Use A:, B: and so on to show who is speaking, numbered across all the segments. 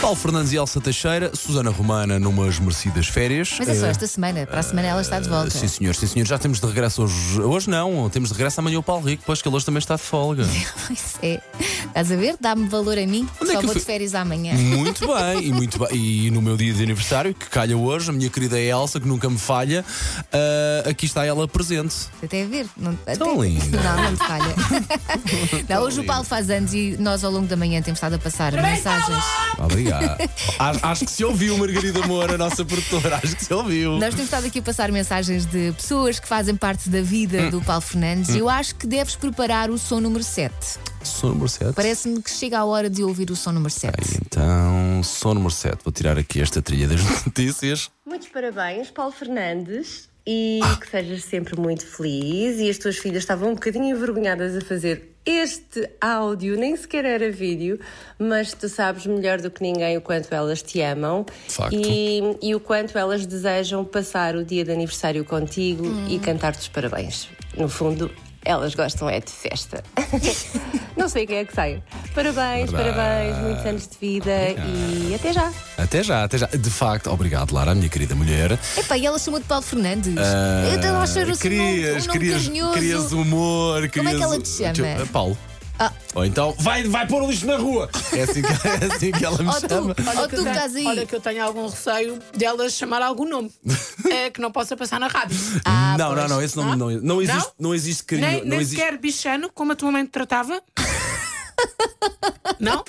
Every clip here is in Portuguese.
A: Paulo Fernandes e Elsa Teixeira, Susana Romana numas merecidas férias.
B: Mas é só
A: Eh,
B: esta semana, para a semana ela está de volta.
A: Ah, Sim, senhor, sim, senhor. Já temos de regresso hoje. Hoje não, temos de regresso amanhã o Paulo Rico, pois que ele hoje também está de folga.
B: Pois é. Estás a ver? Dá-me valor a mim.
A: Onde é
B: Só
A: que eu
B: vou de
A: fui? Hum.
B: férias amanhã.
A: Muito bem, e muito bem. E no meu dia de aniversário, que calha hoje, a minha querida Elsa, que nunca me falha, ah, aqui está ela presente.
B: Até a ver. Não, até...
A: Tão linda.
B: Não, não me falha. não, hoje o Paulo faz anos e nós ao longo da manhã temos estado a passar mensagens.
A: Obrigado. acho, acho que se ouviu, Margarida Moura, a nossa produtora, acho que se ouviu.
B: Nós temos estado aqui a passar mensagens de pessoas que fazem parte da
A: Hum.
B: vida do Paulo Fernandes. Eu acho que deves preparar o som número 7.
A: Som número 7.
B: Parece-me que chega a hora de ouvir o som número 7.
A: Então, som número 7. Vou tirar aqui esta trilha das notícias.
C: Muitos parabéns, Paulo Fernandes, e que sejas sempre muito feliz. E as tuas filhas estavam um bocadinho envergonhadas a fazer este áudio, nem sequer era vídeo, mas tu sabes melhor do que ninguém o quanto elas te amam
A: Facto.
C: e, e o quanto elas desejam passar o dia de aniversário contigo e cantar-te os parabéns. No fundo, elas gostam é de festa. Não sei quem é que sai. Parabéns,
A: Verdade.
C: parabéns, muitos anos de vida e até já.
A: Até já, até já. De facto, obrigado, Lara, minha querida mulher.
B: Epá, e ela chamou de Paulo Fernandes.
A: Ah,
B: Eu estou a achar o seu
A: querias,
B: nome, um nome
A: querias,
B: carinhoso.
A: querias humor, querias.
B: é que ela te chama?
A: Tio- Paulo.
B: Ah.
A: Ou então, vai, vai pôr o lixo na rua! É assim que, é assim que ela me
B: Oh, tu,
A: chama.
B: oh, tu que
D: tenho-
B: estás aí.
D: olha que eu tenho algum receio delas chamar algum nome eh, que não possa passar na rádio.
B: Ah,
A: não, não,
B: pois.
A: não, esse nome não, não, existe, não? existe carinho.
D: Nem,
A: não
D: nem
A: existe.
D: sequer bichano, como a tua mãe te tratava. não?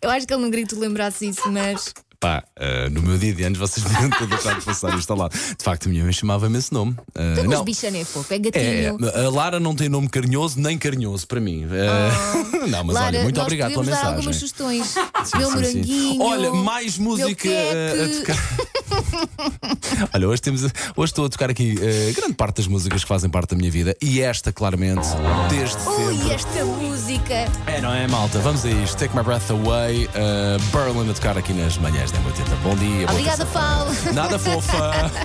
B: Eu acho que ele não grito lembrasse isso, mas.
A: Pá, ah, no meu dia de anos vocês deviam ter deixado de passar isto ao lado. De facto, a minha mãe chamava-me esse nome. Ah,
B: Mas
A: não.
B: bicha não é fofo, é
A: É, é,
B: gatinho.
A: a Lara não tem nome carinhoso nem carinhoso para mim. Ah, não, mas
B: Oh. Lara,
A: olha, muito
B: nós
A: obrigado pela
B: podemos dar algumas
A: mensagem.
B: sugestões.
A: sim,
B: meu
A: sim.
B: moranguinho.
A: Olha, mais
B: meu
A: música
B: queque.
A: eh, a tocar. Olha, hoje, temos, hoje estou a tocar aqui eh, grande parte das músicas que fazem parte da minha vida e esta, claramente, desde
B: Oh,
A: sempre.
B: Ui, esta música.
A: É, não é, malta? Vamos a isto. Take My Breath Away, eh, Berlin a tocar aqui nas manhãs da 80. Bom dia. boa terça-feira.
B: Obrigada, Paulo.
A: Nada fofa.